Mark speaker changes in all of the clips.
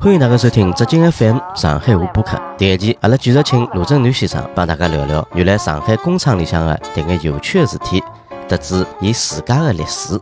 Speaker 1: 欢迎大家收听浙江 FM 上海无播客。第一期，阿拉继续请罗振南先生帮大家聊聊原来上海工厂里向的迭眼有趣的事体，得知伊自家的历史。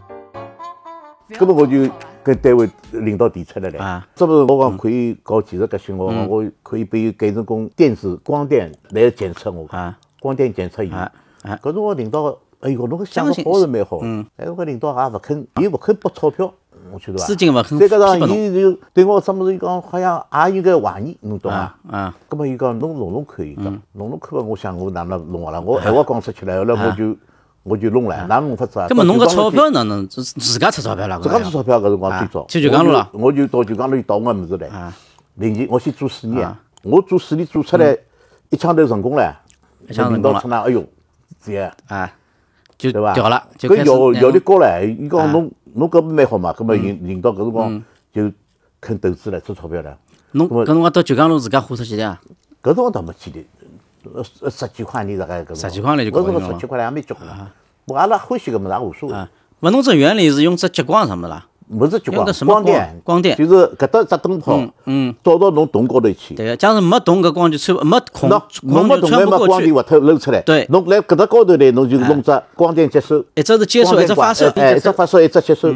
Speaker 2: 搿么我就跟单位领导提出来了
Speaker 3: 啊，嗯
Speaker 2: 这么我讲可以搞技术革新，我讲我可以拨伊改成功电子光电来检测我，
Speaker 3: 啊
Speaker 2: 光电检测仪。
Speaker 3: 啊啊！
Speaker 2: 搿辰光领导，哎哟，侬搿想
Speaker 3: 相
Speaker 2: 法
Speaker 3: 信
Speaker 2: 好是蛮好，
Speaker 3: 嗯，
Speaker 2: 哎，搿领导也勿肯，伊勿肯拨钞票，我啊去对伐？
Speaker 3: 资金勿肯
Speaker 2: 再加
Speaker 3: 批拨
Speaker 2: 上
Speaker 3: 侬
Speaker 2: 伊就对我什么事，伊讲好像也应该怀疑，侬懂伐
Speaker 3: 啊？啊！嗯
Speaker 2: 葛末伊讲侬弄弄看，伊讲弄弄看伐？我想我哪能弄啊啦？我闲话讲出去了，后来我就我就弄了，哪能弄法子啊？
Speaker 3: 那啊么侬
Speaker 2: 到
Speaker 3: 搿钞
Speaker 2: 九江路去
Speaker 3: 票哪能自自家出钞票啦？
Speaker 2: 自
Speaker 3: 搿
Speaker 2: 家
Speaker 3: 个
Speaker 2: 做
Speaker 3: 呀
Speaker 2: 钞票搿辰光
Speaker 3: 啊
Speaker 2: 最早，
Speaker 3: 去九江路了
Speaker 2: 我就我就到九江路去倒眼物事来
Speaker 3: 啊。
Speaker 2: 零几，我先做试验，我做试验做出来一枪头成功了，
Speaker 3: 嗯一枪头成功
Speaker 2: 领导
Speaker 3: 了
Speaker 2: 出来，哎哟，姐，
Speaker 3: 啊，就
Speaker 2: 对伐？
Speaker 3: 掉了，就嗯啊
Speaker 2: 搿
Speaker 3: 开始
Speaker 2: 效
Speaker 3: 拿
Speaker 2: 效率
Speaker 3: 侬
Speaker 2: 高了，伊讲侬侬搿蛮好嘛，搿
Speaker 3: 嗯
Speaker 2: 么引引导搿辰光就肯投资了，出钞票了。
Speaker 3: 侬
Speaker 2: 搿么
Speaker 3: 搿辰光到九江路自家花出去的啊？
Speaker 2: 搿辰光倒没几钿，呃十十几块钿大概搿
Speaker 3: 十
Speaker 2: 辰光。
Speaker 3: 几块钿就搞
Speaker 2: 搿
Speaker 3: 定
Speaker 2: 辰光
Speaker 3: 了
Speaker 2: 十几块钿也蛮结棍了。我阿拉欢喜搿物事也无所谓。
Speaker 3: 啊，勿侬这原理是用只激光什么的啦？
Speaker 2: 勿是激
Speaker 3: 用
Speaker 2: 光
Speaker 3: 个，什么
Speaker 2: 啊光电，
Speaker 3: 光光电
Speaker 2: 就是搿搭只灯泡，嗯，照到侬洞高头去，
Speaker 3: 对个，假如没动搿光就穿不没孔
Speaker 2: 侬侬
Speaker 3: 光
Speaker 2: 没
Speaker 3: 就
Speaker 2: 动
Speaker 3: 穿
Speaker 2: 脉
Speaker 3: 不
Speaker 2: 把
Speaker 3: 过
Speaker 2: 光电
Speaker 3: 去。
Speaker 2: 外头漏出来，
Speaker 3: 对
Speaker 2: 侬来搿搭高头呢，侬就弄只光电接收，
Speaker 3: 一只是接收，
Speaker 2: 光
Speaker 3: 一
Speaker 2: 电
Speaker 3: 只嗯
Speaker 2: 管
Speaker 3: 发射，
Speaker 2: 哎，一只发射，一只接收。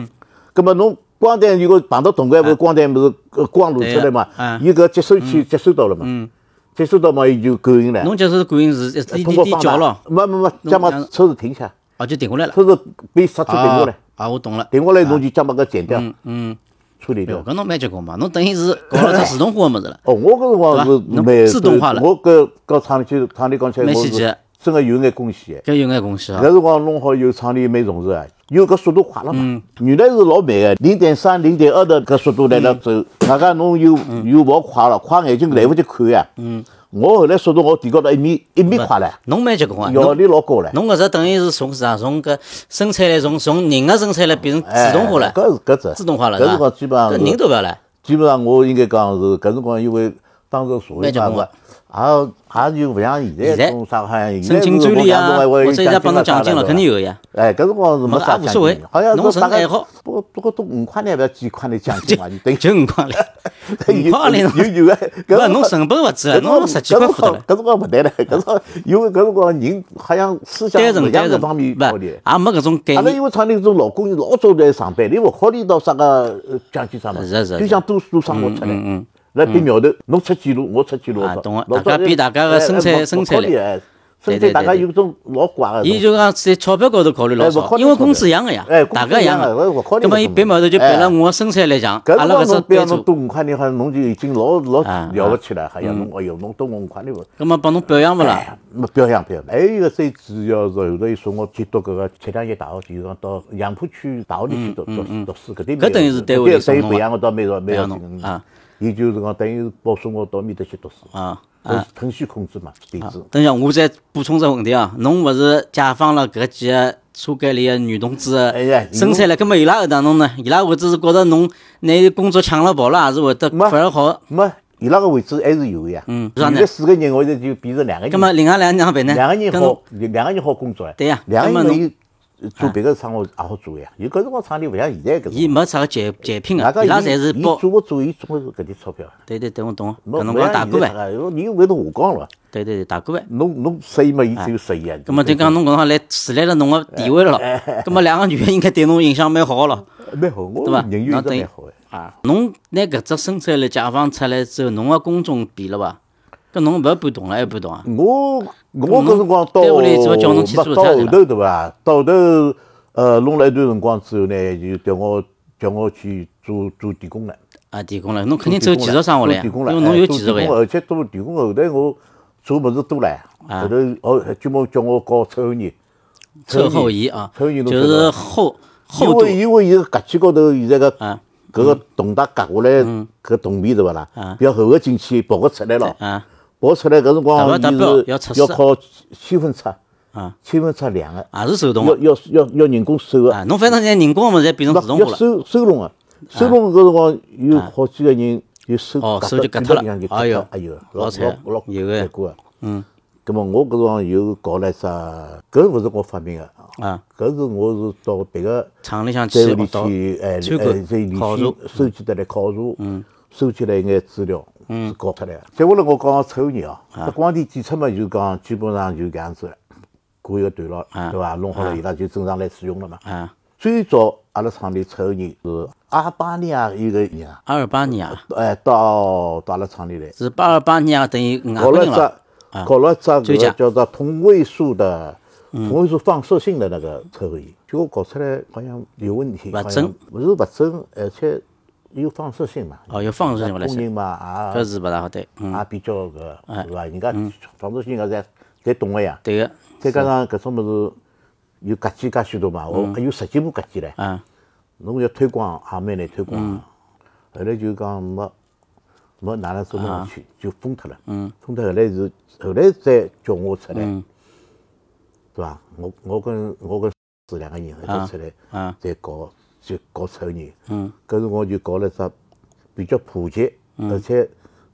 Speaker 2: 葛末侬光电如果碰到动脉，勿是光电勿是呃光露出来嘛
Speaker 3: 对哎呀，嗯
Speaker 2: 伊搿接收器接收到了嘛，接收到嘛，伊就感应了，
Speaker 3: 侬就是感应是一滴
Speaker 2: 哎通
Speaker 3: 滴
Speaker 2: 过
Speaker 3: 滴
Speaker 2: 放
Speaker 3: 叫
Speaker 2: 大
Speaker 3: 咯，，
Speaker 2: 没没没，
Speaker 3: 侬
Speaker 2: 将把
Speaker 3: 像
Speaker 2: 车子停下，
Speaker 3: 哦就停下来了。
Speaker 2: 车子被刹车停下来
Speaker 3: 啊，啊，我懂了。
Speaker 2: 停下来侬就将把搿剪掉，
Speaker 3: 嗯，
Speaker 2: 处理
Speaker 3: 哎
Speaker 2: 掉
Speaker 3: 呦，。搿侬蛮结棍嘛，侬等于是搞了只自动化的物事了。
Speaker 2: 哦，我搿辰
Speaker 3: 对吧
Speaker 2: 光是
Speaker 3: 侬
Speaker 2: 蛮
Speaker 3: 自动化了
Speaker 2: 我搿搞厂里去，厂里讲起来，
Speaker 3: 蛮
Speaker 2: 我
Speaker 3: 先进
Speaker 2: 是真个有眼贡献的。
Speaker 3: 搿有眼恭喜啊
Speaker 2: 搿！辰光弄好以后，厂里蛮重视啊个，因为搿速度快了
Speaker 3: 嗯
Speaker 2: 嘛。原来是老慢个，零点三、零点二的搿速度来了走，
Speaker 3: 嗯
Speaker 2: 外加侬又又跑快了，快眼睛来勿及看呀。嗯，我后来速度我提高到一米一米快了，
Speaker 3: 侬蛮结棍啊！
Speaker 2: 效
Speaker 3: 侬
Speaker 2: 率老高了。
Speaker 3: 侬搿只等于是从啥？从搿生产力从从人个生产力变成
Speaker 2: 哎
Speaker 3: 自动化了，
Speaker 2: 搿是搿只
Speaker 3: 自动化了。
Speaker 2: 搿
Speaker 3: 是
Speaker 2: 辰
Speaker 3: 吧
Speaker 2: 光
Speaker 3: 搿人
Speaker 2: 基本上是
Speaker 3: 都勿要了。
Speaker 2: 基本上我应该讲是搿辰光，因为当时社会
Speaker 3: 蛮
Speaker 2: 嘛，
Speaker 3: 结
Speaker 2: 啊也也就勿像现
Speaker 3: 现在
Speaker 2: 在种啥好像
Speaker 3: 申
Speaker 2: 现在
Speaker 3: 请
Speaker 2: 是
Speaker 3: 专利啊，
Speaker 2: 我讲侬还会
Speaker 3: 或者人家帮侬奖金了，肯定
Speaker 2: 有。
Speaker 3: 有呀。
Speaker 2: 哎，搿辰光是没啥
Speaker 3: 没啊也无所谓
Speaker 2: 奖金好像
Speaker 3: 侬
Speaker 2: 是大
Speaker 3: 纯
Speaker 2: 概
Speaker 3: 爱好，
Speaker 2: 不过不过都五块钿，勿要几块钿 奖金嘛，你等于
Speaker 3: 就五 块钿，五块钿
Speaker 2: 有
Speaker 3: 侬
Speaker 2: 有个，搿
Speaker 3: 不，侬成本勿止，啊侬弄十几块付得了。啊
Speaker 2: 搿辰光勿对了，搿辰光因为搿辰光人好像思想
Speaker 3: 单
Speaker 2: 勿
Speaker 3: 纯单纯，
Speaker 2: 像搿
Speaker 3: 不，
Speaker 2: 方面好点。
Speaker 3: 也没搿种概
Speaker 2: 阿拉
Speaker 3: 念
Speaker 2: 因。为厂里种老工人老早在上班，你勿考虑到啥个呃奖金啥物
Speaker 3: 是是
Speaker 2: 事，就想多做生活出
Speaker 3: 嗯
Speaker 2: 来。来比苗头，侬出几路，我出几路
Speaker 3: 啊，
Speaker 2: 老早
Speaker 3: 懂啊
Speaker 2: 老早
Speaker 3: 大家比大家的
Speaker 2: 哎
Speaker 3: 生产
Speaker 2: 哎勿
Speaker 3: 生
Speaker 2: 勿
Speaker 3: 产
Speaker 2: 考
Speaker 3: 力
Speaker 2: 虑哎
Speaker 3: 对
Speaker 2: 生
Speaker 3: 对
Speaker 2: 产大
Speaker 3: 对
Speaker 2: 家
Speaker 3: 对
Speaker 2: 有种老怪个。
Speaker 3: 伊就讲在钞票高头考虑老
Speaker 2: 哎勿考
Speaker 3: 少，
Speaker 2: 虑
Speaker 3: 因为
Speaker 2: 钞票
Speaker 3: 工资一样个呀
Speaker 2: 哎，工资
Speaker 3: 大家样
Speaker 2: 一样的勿考虑
Speaker 3: 那么伊
Speaker 2: 搿种
Speaker 3: 别矛头就别
Speaker 2: 哎
Speaker 3: 了我生产力强，
Speaker 2: 搿
Speaker 3: 阿
Speaker 2: 辰
Speaker 3: 拉搿
Speaker 2: 光
Speaker 3: 只
Speaker 2: 侬不要
Speaker 3: 班
Speaker 2: 侬
Speaker 3: 主，
Speaker 2: 多五块钿，好像侬就已经老老
Speaker 3: 啊嗯
Speaker 2: 了勿起了，好像侬哎哟，侬多我五块钿勿。
Speaker 3: 葛末帮侬表扬勿啦？
Speaker 2: 哎没表扬表扬。还有一个最主要是后头伊送我去读搿个七两一大学，就是讲到杨浦区大学里去读
Speaker 3: 嗯
Speaker 2: 读读书，搿点
Speaker 3: 搿等于是单位里送
Speaker 2: 对
Speaker 3: 侬啊
Speaker 2: 培养我到蛮高蛮
Speaker 3: 培养
Speaker 2: 高
Speaker 3: 侬
Speaker 2: 兴
Speaker 3: 啊。
Speaker 2: 伊就是讲等于是保送我到面搭去读书
Speaker 3: 啊
Speaker 2: 搿
Speaker 3: 啊
Speaker 2: 是！腾讯控制嘛，地址。
Speaker 3: 等一下，我再补充只问题啊，侬勿是解放了搿几个车间里个女同志
Speaker 2: 哎呀
Speaker 3: 的生产力，葛末伊拉后当中呢，伊拉会得是觉着侬拿伊工作抢了跑了，还是会得
Speaker 2: 没
Speaker 3: 反而好？
Speaker 2: 没，伊拉个位置还是有个呀。
Speaker 3: 嗯是啊啊
Speaker 2: 原
Speaker 3: 呢
Speaker 2: 来四个人，我现在就变成两个
Speaker 3: 葛
Speaker 2: 人。
Speaker 3: 末另外两个人哪能办呢？
Speaker 2: 两个人
Speaker 3: 哎跟侬
Speaker 2: 好，两个人好工作呀。
Speaker 3: 对呀
Speaker 2: 两个
Speaker 3: 那么
Speaker 2: 人伊做别个生活也好做呀。有搿辰光厂里勿像现在搿种。
Speaker 3: 伊没啥个产产品
Speaker 2: 外
Speaker 3: 个，
Speaker 2: 加
Speaker 3: 啊伊拉
Speaker 2: 伊
Speaker 3: 侪是
Speaker 2: 伊
Speaker 3: 包。
Speaker 2: 做勿做，伊总归是搿点钞票。
Speaker 3: 对对对，我懂。啊
Speaker 2: 没
Speaker 3: 搿侬
Speaker 2: 没
Speaker 3: 讲
Speaker 2: 像
Speaker 3: 大
Speaker 2: 现
Speaker 3: 哥哎
Speaker 2: 在
Speaker 3: 呗，
Speaker 2: 啥个，侬你回头下岗了，
Speaker 3: 对对对，大哥呗。
Speaker 2: 侬侬适意嘛，伊只有适意啊。
Speaker 3: 葛末就讲侬搿能来树立了侬个地位了
Speaker 2: 哎
Speaker 3: 咯，葛末两个女个应该对侬印象蛮好个咯，
Speaker 2: 蛮好，我
Speaker 3: 对伐？
Speaker 2: 人缘
Speaker 3: 侬
Speaker 2: 一直
Speaker 3: 等于
Speaker 2: 蛮好的。哎
Speaker 3: 啊，侬拿搿只生产力解放出来之后，侬个工种变了伐？搿侬勿搬动了，还搬动啊？
Speaker 2: 我我搿辰光到
Speaker 3: 单嗯位里怎么叫侬去
Speaker 2: 没
Speaker 3: 做
Speaker 2: 到
Speaker 3: 啥
Speaker 2: 后
Speaker 3: 去了
Speaker 2: 头对伐？到后头呃弄了一段辰光之后呢，就调我调我去做做电工了。
Speaker 3: 啊，电工了，侬肯定走
Speaker 2: 做
Speaker 3: 技术生活了呀，
Speaker 2: 电
Speaker 3: 因
Speaker 2: 工了，
Speaker 3: 为啊侬有
Speaker 2: 哎
Speaker 3: 技术
Speaker 2: 做
Speaker 3: 个
Speaker 2: 电工
Speaker 3: 呀。
Speaker 2: 而且做电工后头我做物事多了，
Speaker 3: 啊
Speaker 2: 后头哦专门叫我搞抽油烟。呃
Speaker 3: 售后仪啊，
Speaker 2: 抽烟侬
Speaker 3: 就
Speaker 2: 晓
Speaker 3: 是
Speaker 2: 得伐
Speaker 3: 厚
Speaker 2: 因
Speaker 3: 厚度
Speaker 2: 为因为伊是夹起高头现在个
Speaker 3: 啊嗯
Speaker 2: 搿个铜带夹下来，搿铜片对勿啦
Speaker 3: 啊？
Speaker 2: 比较厚个进去刨个出来了，
Speaker 3: 啊
Speaker 2: 刨出来搿辰光
Speaker 3: 达不达标要
Speaker 2: 伊
Speaker 3: 测
Speaker 2: 是
Speaker 3: 试
Speaker 2: 要靠千分尺，
Speaker 3: 啊，
Speaker 2: 千分尺量个，
Speaker 3: 也是手动
Speaker 2: 要
Speaker 3: 个
Speaker 2: 要要要人工手个，
Speaker 3: 啊。侬反正现在人工个物事变成自动
Speaker 2: 要
Speaker 3: 化了，
Speaker 2: 手手啊弄个，手弄搿辰光有好几个人有手
Speaker 3: 哦
Speaker 2: 夹
Speaker 3: 手就
Speaker 2: 到
Speaker 3: 夹脱了
Speaker 2: 里向就
Speaker 3: 哎
Speaker 2: 夹
Speaker 3: 呦
Speaker 2: 脱哎呦，
Speaker 3: 老
Speaker 2: 老
Speaker 3: 惨
Speaker 2: 老老
Speaker 3: 有个
Speaker 2: 难过个，啊
Speaker 3: 嗯，
Speaker 2: 咁么我搿辰光又搞了一只，搿勿是我发明个，
Speaker 3: 啊，
Speaker 2: 搿是我是到别个
Speaker 3: 厂里向去
Speaker 2: 单位
Speaker 3: 学
Speaker 2: 里
Speaker 3: 到
Speaker 2: 去，哎，哎，
Speaker 3: 参
Speaker 2: 这
Speaker 3: 观考
Speaker 2: 里去
Speaker 3: 察，
Speaker 2: 收集得来考察，嗯，收集了一眼资料，嗯，搞出来的。接下来我讲抽烟啊，那光电检测嘛，就讲基本上就搿样子了，挂一个段落，对伐？弄好了，伊拉就正常来使用了嘛。
Speaker 3: 啊，
Speaker 2: 最早阿拉厂里抽烟是阿巴尼亚一个人啊，
Speaker 3: 阿尔巴尼亚
Speaker 2: 哎，到到阿拉厂里来，
Speaker 3: 是巴尔巴尼啊亚等于外
Speaker 2: 搞
Speaker 3: 国
Speaker 2: 了
Speaker 3: 人了，
Speaker 2: 只搞了只
Speaker 3: 追
Speaker 2: 搿
Speaker 3: 加嗯
Speaker 2: 个叫做同位素的同位素放射性的那个抽烟，结果搞出来好像有问题，
Speaker 3: 不
Speaker 2: 好像
Speaker 3: 准
Speaker 2: 不是不准，而且有放射性嘛。
Speaker 3: 哦，有放射性勿来
Speaker 2: 工
Speaker 3: 塞，
Speaker 2: 人嘛
Speaker 3: 搿
Speaker 2: 也
Speaker 3: 是勿大好对，嗯，
Speaker 2: 也比较搿个
Speaker 3: 哎
Speaker 2: 是伐？人家放射性搿侪侪懂个呀。
Speaker 3: 对个，
Speaker 2: 再加上搿种物事有隔几介许多嘛，
Speaker 3: 嗯
Speaker 2: 我还有十几部隔几唻。
Speaker 3: 啊，
Speaker 2: 侬要推广也蛮难
Speaker 3: 嗯
Speaker 2: 推广。后来就讲没没哪能做
Speaker 3: 啊
Speaker 2: 弄去，就封脱了。
Speaker 3: 嗯
Speaker 2: 封脱后来是后来再叫我出来，对伐？我我跟我跟是两个人一道出来
Speaker 3: 啊，嗯
Speaker 2: 再搞就搞抽烟。搿辰光就搞了只比较普及，而且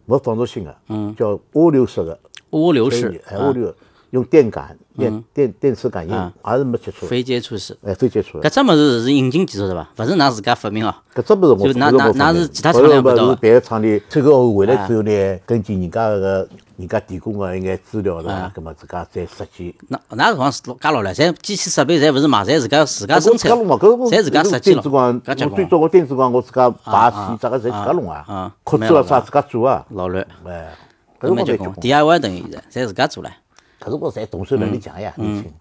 Speaker 2: 没放射性
Speaker 3: 嗯
Speaker 2: 个，叫涡流式个
Speaker 3: 涡流啊
Speaker 2: 抽
Speaker 3: 式
Speaker 2: 烟，哎，涡流用电感电电电磁感应，也是没接
Speaker 3: 嗯
Speaker 2: 触，
Speaker 3: 啊非接触式。
Speaker 2: 哎，非接触的
Speaker 3: 搿。只物事是引进技术是伐？勿是㑚自家发明哦。
Speaker 2: 搿只物事我
Speaker 3: 就
Speaker 2: 勿
Speaker 3: 哪
Speaker 2: 是我
Speaker 3: 哪
Speaker 2: 发
Speaker 3: 哪
Speaker 2: 明
Speaker 3: 是其他
Speaker 2: 不
Speaker 3: 厂
Speaker 2: 是
Speaker 3: 家
Speaker 2: 不
Speaker 3: 不
Speaker 2: 是
Speaker 3: 到啊
Speaker 2: 别个厂里收购后回来之后呢，根据人家搿个人家提供个一眼资料是伐？搿么自家再设计。
Speaker 3: 那那辰光是老家老了，侪机器设备侪勿是买，侪自家自家
Speaker 2: 啊
Speaker 3: 生产，
Speaker 2: 我自家弄嘛搿我
Speaker 3: 侪自家设计了。
Speaker 2: 电子光，
Speaker 3: 搿结
Speaker 2: 我最
Speaker 3: 棍
Speaker 2: 早我电子光我自家排线，啥个侪自家弄啊
Speaker 3: 啊，
Speaker 2: 扩
Speaker 3: 蛮
Speaker 2: 展了
Speaker 3: 好
Speaker 2: 啥
Speaker 3: 玩
Speaker 2: 自家做啊，
Speaker 3: 老卵，
Speaker 2: 哎，搿
Speaker 3: 搿
Speaker 2: 辰
Speaker 3: 蛮结
Speaker 2: 光蛮结
Speaker 3: 棍
Speaker 2: 棍。
Speaker 3: ，DIY 等于现在侪自家做了。
Speaker 2: 搿辰光侪动手能力强呀，年轻。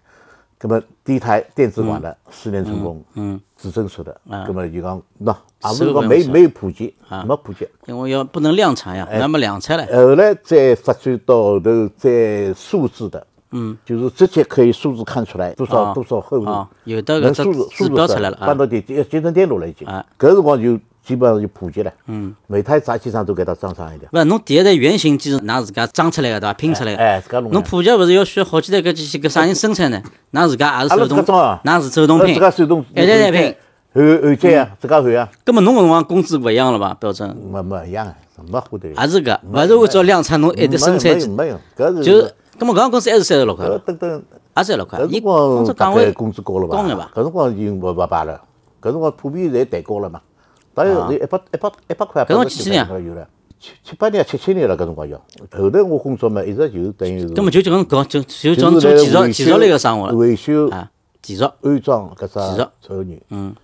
Speaker 2: 葛么第一台电子管的试炼成功，嗯，指针数的，葛么就讲喏，也勿是
Speaker 3: 手
Speaker 2: 讲
Speaker 3: 感
Speaker 2: 没
Speaker 3: 是
Speaker 2: 没有普及，没普及。
Speaker 3: 因为要不能量产
Speaker 2: 哎
Speaker 3: 呀，那么量产了，
Speaker 2: 后来再发展到后头再数字的，嗯，就是直接可以数字看出来多少
Speaker 3: 哦
Speaker 2: 多少厚度
Speaker 3: 哦，有的
Speaker 2: 能
Speaker 3: �็这
Speaker 2: 数字
Speaker 3: 指
Speaker 2: 数字
Speaker 3: 标
Speaker 2: 式
Speaker 3: 出来了啊
Speaker 2: 半导体节节能电路了已经
Speaker 3: 啊，
Speaker 2: 搿辰光就基本上就普及了，嗯，每台闸机上都给它装上一点，
Speaker 3: 勿，侬第一台原型机是㑚自家装出来个对伐？拼出来
Speaker 2: 哎，
Speaker 3: 个。
Speaker 2: 自家弄的。
Speaker 3: 侬普及勿是要需要好几台搿机器，搿啥人生产呢？㑚自家也是
Speaker 2: 阿
Speaker 3: 手
Speaker 2: 拉搿
Speaker 3: 动，
Speaker 2: 种啊，
Speaker 3: 㑚是手动
Speaker 2: 阿拉
Speaker 3: 拼
Speaker 2: 自，家手动，
Speaker 3: 一台台拼。
Speaker 2: 焊焊接啊，自家焊啊，
Speaker 3: 葛末侬搿辰光工资勿一样了伐？标准
Speaker 2: 没没一样啊，没花头。
Speaker 3: 也是搿，勿是按照量产侬一
Speaker 2: 没
Speaker 3: 台生产
Speaker 2: 没
Speaker 3: 几
Speaker 2: 有，没有，搿
Speaker 3: 就是是葛末搿辰光工资还是三十六块
Speaker 2: 搿
Speaker 3: 了，
Speaker 2: 等等。
Speaker 3: 也三十六块。
Speaker 2: 搿
Speaker 3: 伊
Speaker 2: 辰光
Speaker 3: 啊工资
Speaker 2: 大
Speaker 3: 岗
Speaker 2: 概
Speaker 3: 位
Speaker 2: 工资高了吧？
Speaker 3: 高眼伐？
Speaker 2: 搿辰光已经勿勿摆了，搿辰光普遍侪抬高了嘛，大
Speaker 3: 啊
Speaker 2: 约是一百一百一百块。
Speaker 3: 搿辰光
Speaker 2: 80
Speaker 3: 几几年啊
Speaker 2: 块有了，七七八年、七七年了，搿辰光要。后头我工作嘛，一直就是等于是。
Speaker 3: 根本就就搿种就就
Speaker 2: 就
Speaker 3: 讲
Speaker 2: 是
Speaker 3: 做技术
Speaker 2: 来维
Speaker 3: 技
Speaker 2: 修
Speaker 3: 术类个生活了
Speaker 2: 维修、
Speaker 3: 啊，技术
Speaker 2: 安装搿
Speaker 3: 技
Speaker 2: 只
Speaker 3: 术
Speaker 2: 抽烟，嗯，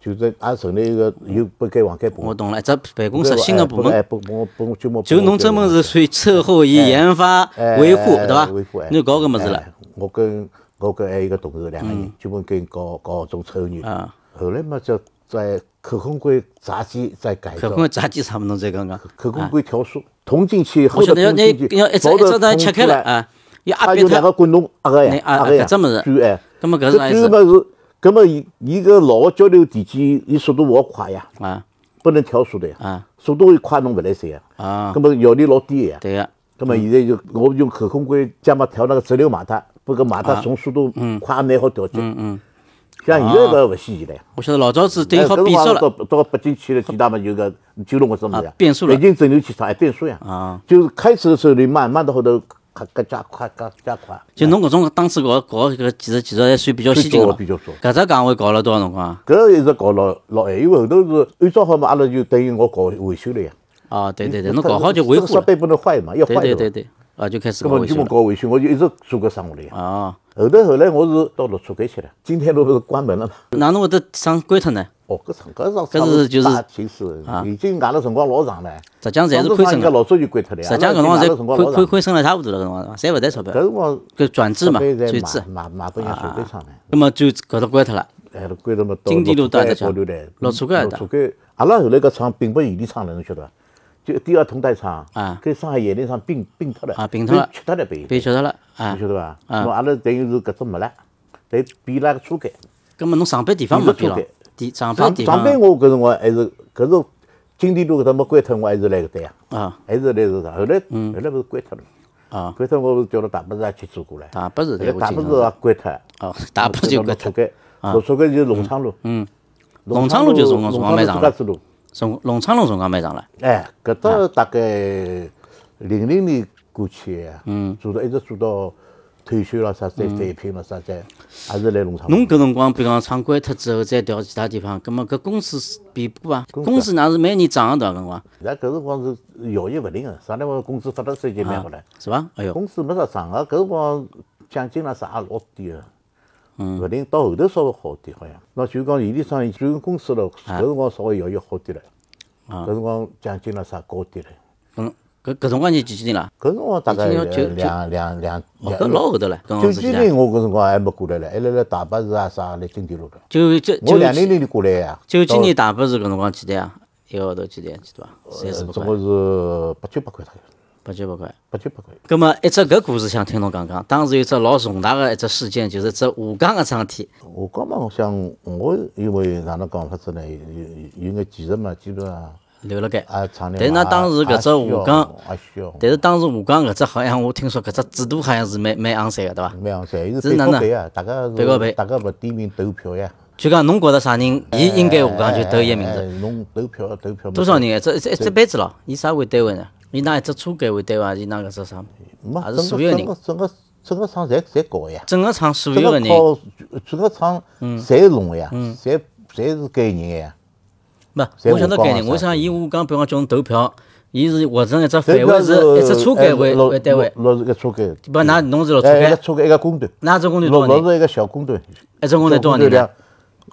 Speaker 2: 就是也成立一个有拨盖房间部
Speaker 3: 我
Speaker 2: 门，
Speaker 3: 懂了，一只办公室新个部
Speaker 2: 哎，
Speaker 3: 门，
Speaker 2: 拨拨我拨我专门
Speaker 3: 就侬专门是属于售后与研发
Speaker 2: 哎
Speaker 3: 维护对伐
Speaker 2: 哎维护哎？
Speaker 3: 侬搞搿物事了
Speaker 2: 哎我跟我跟还有一个同事两个人，专门跟搞搞种抽烟。
Speaker 3: 啊。
Speaker 2: 后来嘛，就在可控硅闸机再改
Speaker 3: 可
Speaker 2: 造，
Speaker 3: 控炸鸡啥么侬再讲讲？啊
Speaker 2: 可控硅调速捅进去，
Speaker 3: 我
Speaker 2: 后
Speaker 3: 晓
Speaker 2: 头
Speaker 3: 得要
Speaker 2: 捅
Speaker 3: 你
Speaker 2: 进去，
Speaker 3: 要一只
Speaker 2: 毛
Speaker 3: 一
Speaker 2: 头
Speaker 3: 只
Speaker 2: 捅
Speaker 3: 能切
Speaker 2: 出
Speaker 3: 开了
Speaker 2: 来，
Speaker 3: 啊，要
Speaker 2: 它
Speaker 3: 压扁
Speaker 2: 有两
Speaker 3: 它
Speaker 2: 个。滚筒压个
Speaker 3: 那
Speaker 2: 呀，
Speaker 3: 啊
Speaker 2: 压个呀，
Speaker 3: 搿只物事
Speaker 2: 转哎，
Speaker 3: 葛末搿是哪意
Speaker 2: 搿
Speaker 3: 思
Speaker 2: 转么是，搿么伊伊搿老个交流电机，伊速度勿好快呀，
Speaker 3: 啊
Speaker 2: 不能调速的呀
Speaker 3: 啊，
Speaker 2: 速度一快侬勿来塞呀，
Speaker 3: 啊
Speaker 2: 搿，么效率老低的呀。
Speaker 3: 对个，
Speaker 2: 那么现在就我们用可控硅加嘛调那个直流马达，不过马达
Speaker 3: 啊
Speaker 2: 从速度快蛮好调节。嗯嗯。像现在搿勿稀奇唻，
Speaker 3: 我晓得老早子等于
Speaker 2: 哎
Speaker 3: 好
Speaker 2: 搿辰
Speaker 3: 变
Speaker 2: 光
Speaker 3: 速
Speaker 2: 到
Speaker 3: 了，
Speaker 2: 到北京去了，其他嘛有个九龙或者么
Speaker 3: 啊
Speaker 2: 样，
Speaker 3: 变速了
Speaker 2: 北京蒸馏器厂还变速呀。
Speaker 3: 啊。
Speaker 2: 就是开始的时候你慢慢到后头，咔咔加快，加加快。
Speaker 3: 就侬搿种当时搞搞搿个技术技术还算比较先进个嘛
Speaker 2: 比较早
Speaker 3: 搿只岗位搞了多少辰光啊？
Speaker 2: 搿一直搞老老闲，因为后头是安装好嘛，阿拉就等于我搞维修了呀。
Speaker 3: 哦，对对对，侬搞好就维护
Speaker 2: 嗯这个
Speaker 3: 了。
Speaker 2: 设备不能坏嘛，要坏
Speaker 3: 对对
Speaker 2: 的
Speaker 3: 对
Speaker 2: 嘛。
Speaker 3: 对，啊，就开始
Speaker 2: 搿
Speaker 3: 搞
Speaker 2: 么
Speaker 3: 维修
Speaker 2: 专门
Speaker 3: 了。
Speaker 2: 搞维修，我就一直做搿生活了呀。
Speaker 3: 哦，
Speaker 2: 后头后来我是到六车街去了，金泰路勿是关门了嘛？
Speaker 3: 哪能会得上关脱呢？
Speaker 2: 哦，搿厂搿厂
Speaker 3: 搿是啊就是
Speaker 2: 大其实已经挨了辰光老长了。
Speaker 3: 浙江侪是
Speaker 2: 上次
Speaker 3: 亏
Speaker 2: 厂
Speaker 3: 损
Speaker 2: 应该
Speaker 3: 个，
Speaker 2: 老早就关脱了呀。
Speaker 3: 浙江搿辰
Speaker 2: 阿
Speaker 3: 光
Speaker 2: 拉已经
Speaker 3: 侪
Speaker 2: 挨了辰光
Speaker 3: 亏
Speaker 2: 老
Speaker 3: 亏
Speaker 2: 长。
Speaker 3: 亏损了差勿多了，搿辰光侪勿赚钞
Speaker 2: 搿
Speaker 3: 票，
Speaker 2: 辰光
Speaker 3: 搿转制嘛，啊
Speaker 2: 设备
Speaker 3: 转
Speaker 2: 侪
Speaker 3: 制。
Speaker 2: 买买买拨人家手机厂呢，
Speaker 3: 那么就搿搭关脱了，
Speaker 2: 哎，关了么到
Speaker 3: 金地路
Speaker 2: 到
Speaker 3: 段
Speaker 2: 高头来，
Speaker 3: 老车街也
Speaker 2: 老
Speaker 3: 搭
Speaker 2: 车街。阿拉后来搿厂并拨盐田厂了，侬晓得伐？就第二桶代厂
Speaker 3: 啊
Speaker 2: 跟上海盐田厂并并脱了，
Speaker 3: 啊并脱了
Speaker 2: 被吃脱了被，
Speaker 3: 被晓得了啊
Speaker 2: 侬。晓得伐？咾阿拉等于是搿只没了，被变了个车间。
Speaker 3: 葛末侬上班地方没变咯
Speaker 2: 有个车？
Speaker 3: 地上班
Speaker 2: 上
Speaker 3: 地
Speaker 2: 上
Speaker 3: 方
Speaker 2: 班我搿辰光还是搿是金地路搿搭没关脱，我还是来搿搭呀，
Speaker 3: 啊嗯
Speaker 2: 还是来搿搭。后来后来勿是关脱了，
Speaker 3: 啊，
Speaker 2: 关脱我勿是叫了大巴士也去做过唻，
Speaker 3: 大巴士
Speaker 2: 后
Speaker 3: 对
Speaker 2: 来
Speaker 3: 我
Speaker 2: 哎大啊
Speaker 3: 记
Speaker 2: 巴士
Speaker 3: 得
Speaker 2: 也关脱，
Speaker 3: 哦，大巴就关
Speaker 2: 搿
Speaker 3: 脱
Speaker 2: 车，间，
Speaker 3: 啊
Speaker 2: 老车间就是隆昌路，嗯，
Speaker 3: 隆昌路就从从
Speaker 2: 昌
Speaker 3: 黄梅
Speaker 2: 路
Speaker 3: 上
Speaker 2: 自
Speaker 3: 了
Speaker 2: 家子路，
Speaker 3: 从隆昌路辰光蛮长了，
Speaker 2: 哎，搿搭大概零零年过去的，嗯，做到一直做到退休了啥，再
Speaker 3: 嗯
Speaker 2: 返聘了啥，再还是来农场。
Speaker 3: 侬搿辰光，比方厂关脱之后，再调其他地方，葛末搿工资是变过伐？
Speaker 2: 啊
Speaker 3: 工资哪是每年涨个对伐？搿辰光
Speaker 2: 现在搿辰光是效益勿灵个，啊上来我工资发到手就蛮好唻，
Speaker 3: 是伐？哎哟，
Speaker 2: 工资没啥涨个，搿辰光奖金啦啥也老低个。
Speaker 3: 嗯
Speaker 2: 勿灵到后头稍微好点，好像。那就是讲伊里生意，转公司了，
Speaker 3: 啊
Speaker 2: 搿辰光稍微效益好点了。搿辰光奖金啦啥高点了。
Speaker 3: 搿搿搿辰光是几几年啦？
Speaker 2: 搿辰光大概
Speaker 3: 已经要九
Speaker 2: 两两两两
Speaker 3: 哦，搿老后啊头了，搿辰
Speaker 2: 九
Speaker 3: 光是
Speaker 2: 几
Speaker 3: 几年？
Speaker 2: 年我搿辰光还没过来唻，还辣辣大巴士啊啥来金田路了。
Speaker 3: 九九
Speaker 2: 我
Speaker 3: 九
Speaker 2: 两零
Speaker 3: 几
Speaker 2: 零年过来呀，
Speaker 3: 九几年大巴是搿辰光几钿啊？一个号头几钿啊？几多啊？三十
Speaker 2: 呃
Speaker 3: 八
Speaker 2: 总
Speaker 3: 块，
Speaker 2: 共是八九百块左右，
Speaker 3: 八九百块。
Speaker 2: 八九百块。
Speaker 3: 葛么，一只搿故事想听侬讲讲，当时有只老重大个一只事件，就是只下岗个桩体。
Speaker 2: 我讲嘛，我想我因为哪能讲法子呢？有有有眼技术嘛，基本上
Speaker 3: 留辣盖。
Speaker 2: 啊厂里
Speaker 3: 但是那
Speaker 2: 嘛哎
Speaker 3: 当时
Speaker 2: 也
Speaker 3: 搿只
Speaker 2: 也需要
Speaker 3: 下岗
Speaker 2: 也需要，
Speaker 3: 但是当时下岗搿只好像我听说搿只制度好像是蛮蛮昂塞个，对伐？
Speaker 2: 蛮好噻，伊
Speaker 3: 是
Speaker 2: 是背
Speaker 3: 哪
Speaker 2: 靠
Speaker 3: 能
Speaker 2: 背啊，大家是
Speaker 3: 背靠背
Speaker 2: 大家勿点名投票呀。
Speaker 3: 就讲侬觉着啥人，伊应该下岗就投伊个名
Speaker 2: 哎
Speaker 3: 字。，
Speaker 2: 侬投票投票
Speaker 3: 多少？人？一只一只一只班子咯，以啥为单位呢？以拿一只车间为单位，还是拿搿只啥？
Speaker 2: 没
Speaker 3: 还，是
Speaker 2: 整
Speaker 3: 所
Speaker 2: 个
Speaker 3: 有
Speaker 2: 整
Speaker 3: 人
Speaker 2: 个整个整个厂侪侪搞呀。
Speaker 3: 整个厂所
Speaker 2: 整
Speaker 3: 有个
Speaker 2: 个
Speaker 3: 人，
Speaker 2: 靠整个厂侪弄个呀，侪侪是该人个呀。
Speaker 3: 没，
Speaker 2: 侪
Speaker 3: 我晓得
Speaker 2: 下
Speaker 3: 概
Speaker 2: 岗
Speaker 3: 念。
Speaker 2: 啊
Speaker 3: 我想伊下岗，比方叫侬投票，伊是划成一只范
Speaker 2: 这
Speaker 3: 围，是一只车间为
Speaker 2: 落
Speaker 3: 为单位。
Speaker 2: 落是个车间，
Speaker 3: 比方㑚侬是老车
Speaker 2: 哎哎，一个
Speaker 3: 间，
Speaker 2: 车间一个工段，
Speaker 3: 㑚只工队多
Speaker 2: 落
Speaker 3: 少人？
Speaker 2: 落是一个小工段，
Speaker 3: 一只工队多少人呢？
Speaker 2: 两？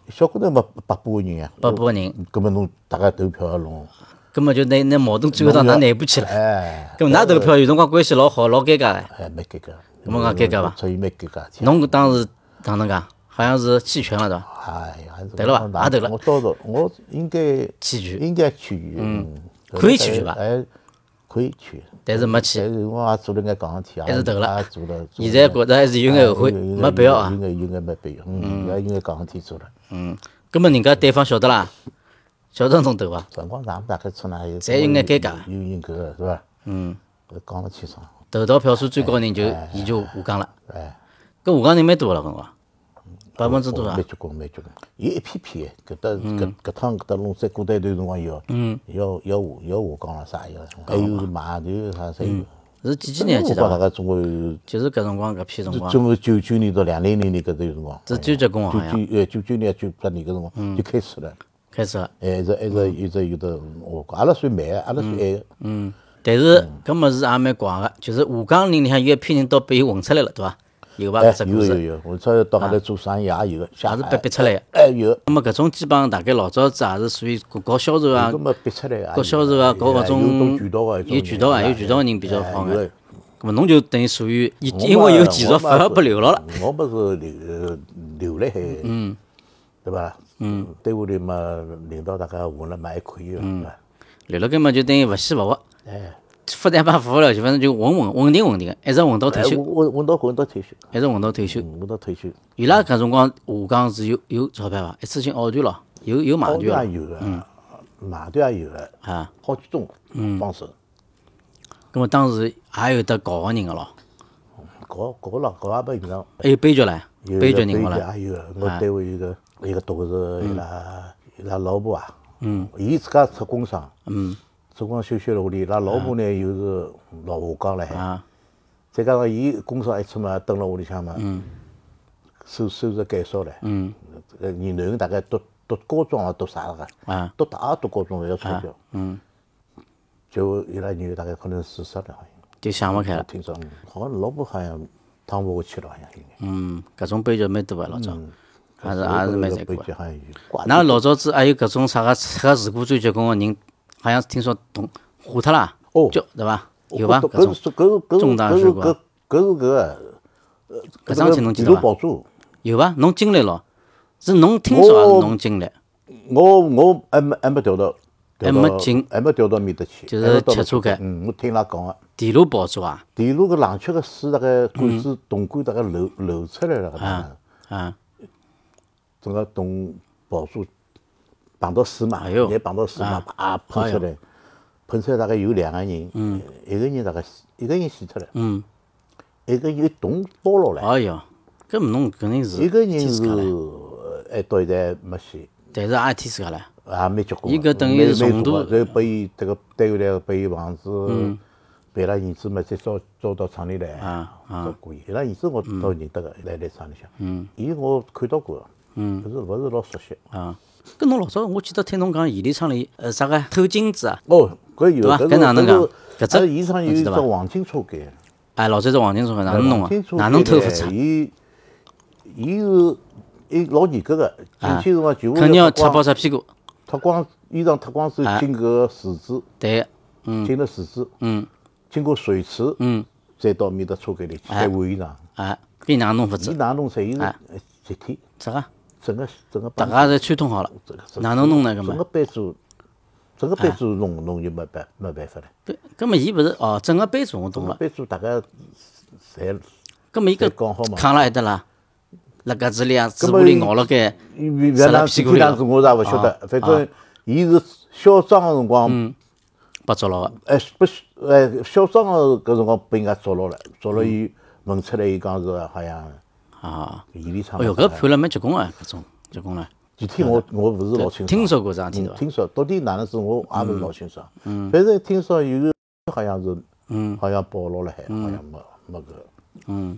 Speaker 2: 小工段嘛，八八个人呀。
Speaker 3: 八百个人，
Speaker 2: 搿么侬大家投票弄，
Speaker 3: 根本就拿拿矛盾最后到㑚内部去了。
Speaker 2: 哎，
Speaker 3: 搿么㑚投票有辰光关系老好，老尴尬个。
Speaker 2: 哎，蛮尴尬。
Speaker 3: 搿么讲尴尬伐
Speaker 2: 出现蛮尴尬。
Speaker 3: 侬搿当时哪能讲？好像是弃权了对伐？
Speaker 2: 哎呀，还是
Speaker 3: 对了吧
Speaker 2: 我哪
Speaker 3: 也对了
Speaker 2: 我到时候我应该
Speaker 3: 弃权
Speaker 2: 应该去权，嗯，
Speaker 3: 可以弃权吧
Speaker 2: 哎，可以去，
Speaker 3: 但是没去
Speaker 2: 但，是我也做了眼戆事体，
Speaker 3: 还是投了
Speaker 2: 也做了。做了
Speaker 3: 现在觉着还是有眼后悔，
Speaker 2: 哎有有
Speaker 3: 没必要啊
Speaker 2: 有。眼有眼没必要，嗯，也有眼戆事体做了。
Speaker 3: 嗯，葛末人家对方晓得啦，晓得侬投伐？
Speaker 2: 辰光长，大概出来有
Speaker 3: 侪有眼尴尬
Speaker 2: 有人搿个是吧？嗯，搿讲勿清爽，
Speaker 3: 投到票数最高的人就伊就下岗了。
Speaker 2: 哎，
Speaker 3: 搿下岗人蛮多了，搿辰光，百分之多少
Speaker 2: 蛮？结棍，蛮结棍。有一批批的，搿搭搿搿趟搿搭弄再过段一段辰光要，嗯，要要下要下岗了啥要，哎还有买牛啥侪有。
Speaker 3: 是几几年记得啊
Speaker 2: 大
Speaker 3: 伐？
Speaker 2: 概总共有
Speaker 3: 就是搿辰光搿批辰光，
Speaker 2: 总共九九年到两零零年搿段辰光，
Speaker 3: 是九级啊嗯工
Speaker 2: 九
Speaker 3: 好像
Speaker 2: 九呃九九年九八年搿辰光就开始了，
Speaker 3: 开始了。
Speaker 2: 哎，一直一直一直有的，我阿拉算慢的，阿拉算晚的，
Speaker 3: 嗯，但是搿物事也蛮怪个，就是下岗人里向有一批人倒被伊混出来了，对伐？有伐？
Speaker 2: 哎
Speaker 3: 搿只，故
Speaker 2: 有有
Speaker 3: 事啊
Speaker 2: 有，我出到外头做生意也有，
Speaker 3: 也
Speaker 2: 下
Speaker 3: 是被逼出来个。
Speaker 2: 哎有，
Speaker 3: 那么搿种基本上大概老早子也是属于搞搞销售啊
Speaker 2: 搿，么逼出来也有哎
Speaker 3: 搞销售啊，搞搿种
Speaker 2: 有渠道啊，哎
Speaker 3: 有渠道啊，有渠道的人比较好
Speaker 2: 个
Speaker 3: 眼。。咁么侬就等于属于因因为有技术反而被留牢了。。
Speaker 2: 我么是留留了海，嗯，对伐？嗯，单位里嘛，领导大家混了嘛还可以了，对伐？
Speaker 3: 留了根本就等于勿死勿活，
Speaker 2: 哎，
Speaker 3: 负担也服勿了，就反正就稳稳稳定稳定个，一直混到退
Speaker 2: 哎我
Speaker 3: 休，
Speaker 2: 我我到混到退休，
Speaker 3: 一直混到退休。
Speaker 2: 嗯，我到退休。
Speaker 3: 伊拉搿辰光下岗是有有钞票伐？啊一次性熬断咯，有有买
Speaker 2: 矛
Speaker 3: 断咯
Speaker 2: 盾也有啊个，矛盾也有个，
Speaker 3: 嗯啊。嗯
Speaker 2: 好几种方式。
Speaker 3: 咁么当时也有得搞个人个咯，
Speaker 2: 搞搞了，搞也不平常。
Speaker 3: 还有悲剧唻，
Speaker 2: 有啊
Speaker 3: 悲
Speaker 2: 个
Speaker 3: 剧人好唻，
Speaker 2: 也有个，我单位有个一个同事，伊拉伊拉老婆啊，嗯，伊自家出工伤，嗯，啊出工休息了屋里，伊拉老婆呢又是老下岗了还
Speaker 3: 啊，
Speaker 2: 再加上伊工伤一出嘛，蹲辣屋里向嘛，嗯，收收入减少了，嗯，呃，你囡恩大概读读高中啊，读啥个，
Speaker 3: 啊，
Speaker 2: 读大学读高中要出校，嗯，就伊拉女儿大概可能自杀了，好像
Speaker 3: 就想勿开了。
Speaker 2: 听说，嗯好像老婆好像趟不下去了，好像应该。
Speaker 3: 嗯，搿种悲剧蛮多个老早，
Speaker 2: 嗯
Speaker 3: 还是还是蛮残酷个。
Speaker 2: 好像有挂
Speaker 3: 㑚老早子还有搿种啥个啥个事故追结工个人，好像听说同吓脱啦，
Speaker 2: 哦
Speaker 3: 就对伐？有伐？
Speaker 2: 搿
Speaker 3: 搿种
Speaker 2: 是搿是搿是
Speaker 3: 重大
Speaker 2: 搿是
Speaker 3: 事故啊
Speaker 2: 搿搿是搿个呃
Speaker 3: 搿桩事体侬记
Speaker 2: 记
Speaker 3: 得伐？
Speaker 2: 保住，
Speaker 3: 有伐？侬经历咯？是侬听说还是
Speaker 2: 我
Speaker 3: 侬经历？
Speaker 2: 我我还没还没调到，调到
Speaker 3: 还没进
Speaker 2: 还没调到面搭去，
Speaker 3: 就是
Speaker 2: 还没调到
Speaker 3: 吃车间
Speaker 2: 嗯，我听伊拉讲个，
Speaker 3: 地炉爆炸啊！
Speaker 2: 电路搿冷却个水大概管子铜管大概漏漏出来了，搿能
Speaker 3: 啊，
Speaker 2: 整个铜宝珠碰到水嘛，
Speaker 3: 哎呦啊哎
Speaker 2: 也碰到水嘛，啪喷出来，喷出来大概有两个人，嗯，一个人大概死一个人死脱了，嗯，一个人洞包牢了。
Speaker 3: 哎哟，搿么侬肯定是
Speaker 2: 一个人
Speaker 3: 天
Speaker 2: 是
Speaker 3: 自家唻，
Speaker 2: 呃还到现在没死，
Speaker 3: 但是也是天自家唻。
Speaker 2: 啊也蛮结棍的。
Speaker 3: 伊搿等于是
Speaker 2: 蛮
Speaker 3: 重度嗯
Speaker 2: 蛮大的然后拨伊这个单位来拨伊房子，陪了儿子嘛，再招招到厂里来
Speaker 3: 啊
Speaker 2: 照顾伊。伊拉儿子我倒认得个，来来厂里向。嗯，伊我看到过，嗯，可是勿是老熟悉。
Speaker 3: 啊，搿侬老早我记得听侬讲盐田厂里呃啥个偷金子啊，
Speaker 2: 哦，搿有，
Speaker 3: 对伐
Speaker 2: 搿
Speaker 3: 搿哪能
Speaker 2: 个？
Speaker 3: 讲搿只
Speaker 2: 阿拉现场有
Speaker 3: 侬
Speaker 2: 一
Speaker 3: 知
Speaker 2: 只
Speaker 3: 道伐
Speaker 2: 黄金车间，
Speaker 3: 哎，老早是黄金村个，哪能弄
Speaker 2: 黄
Speaker 3: 啊
Speaker 2: 金车？
Speaker 3: 哪能偷
Speaker 2: 间
Speaker 3: 法
Speaker 2: 呢
Speaker 3: 子啊？
Speaker 2: 伊伊是伊老严格个，进去辰光全部
Speaker 3: 啊肯定要踢
Speaker 2: 脱
Speaker 3: 爆
Speaker 2: 光
Speaker 3: 只屁股。
Speaker 2: 脱光衣裳脱光之后
Speaker 3: 哎
Speaker 2: 进搿个池子，
Speaker 3: 对，
Speaker 2: 进了池子，
Speaker 3: 嗯，
Speaker 2: 经过水池，嗯，再到面搭车间里去再换衣裳。
Speaker 3: 哎，比哪能弄法
Speaker 2: 伊
Speaker 3: 子？
Speaker 2: 哪弄出来？伊是
Speaker 3: 哎
Speaker 2: 呃集体，
Speaker 3: 啥个？
Speaker 2: 整个整个
Speaker 3: 大
Speaker 2: 班
Speaker 3: 家侪串通好了
Speaker 2: 整个，
Speaker 3: 哪能弄呢？搿
Speaker 2: 整
Speaker 3: 么
Speaker 2: 个？班组，整个
Speaker 3: 哎
Speaker 2: 班组弄弄就没办没办法了。
Speaker 3: 搿搿么伊勿是哦，整个班组我懂了。
Speaker 2: 班组大家侪，
Speaker 3: 搿么伊搿
Speaker 2: 侪讲好嘛
Speaker 3: 扛辣埃搭啦，辣格子里啊，嘴
Speaker 2: 搿
Speaker 3: 巴
Speaker 2: 么
Speaker 3: 里咬了该，
Speaker 2: 伊伊
Speaker 3: 塞
Speaker 2: 原
Speaker 3: 辣
Speaker 2: 来
Speaker 3: 屁
Speaker 2: 是
Speaker 3: 股里啊
Speaker 2: 这
Speaker 3: 了
Speaker 2: 样子，我也勿晓得。反正伊是嚣张个辰
Speaker 3: 嗯
Speaker 2: 光，
Speaker 3: 被捉牢个。
Speaker 2: 哎不是哎嚣张个搿辰光被人家抓牢了，抓牢
Speaker 3: 嗯
Speaker 2: 伊问出来，伊讲是好像
Speaker 3: 啊，
Speaker 2: 盐里厂。
Speaker 3: 哎哟，搿判了蛮结棍啊，搿种结棍了。
Speaker 2: 具体我我勿是老清楚。
Speaker 3: 听说过这样子
Speaker 2: 嗯
Speaker 3: 对伐？
Speaker 2: 听说到底哪能子我也勿
Speaker 3: 嗯
Speaker 2: 是老清爽，反正听说有个好像是，好像暴露了海，好像没没搿，
Speaker 3: 嗯，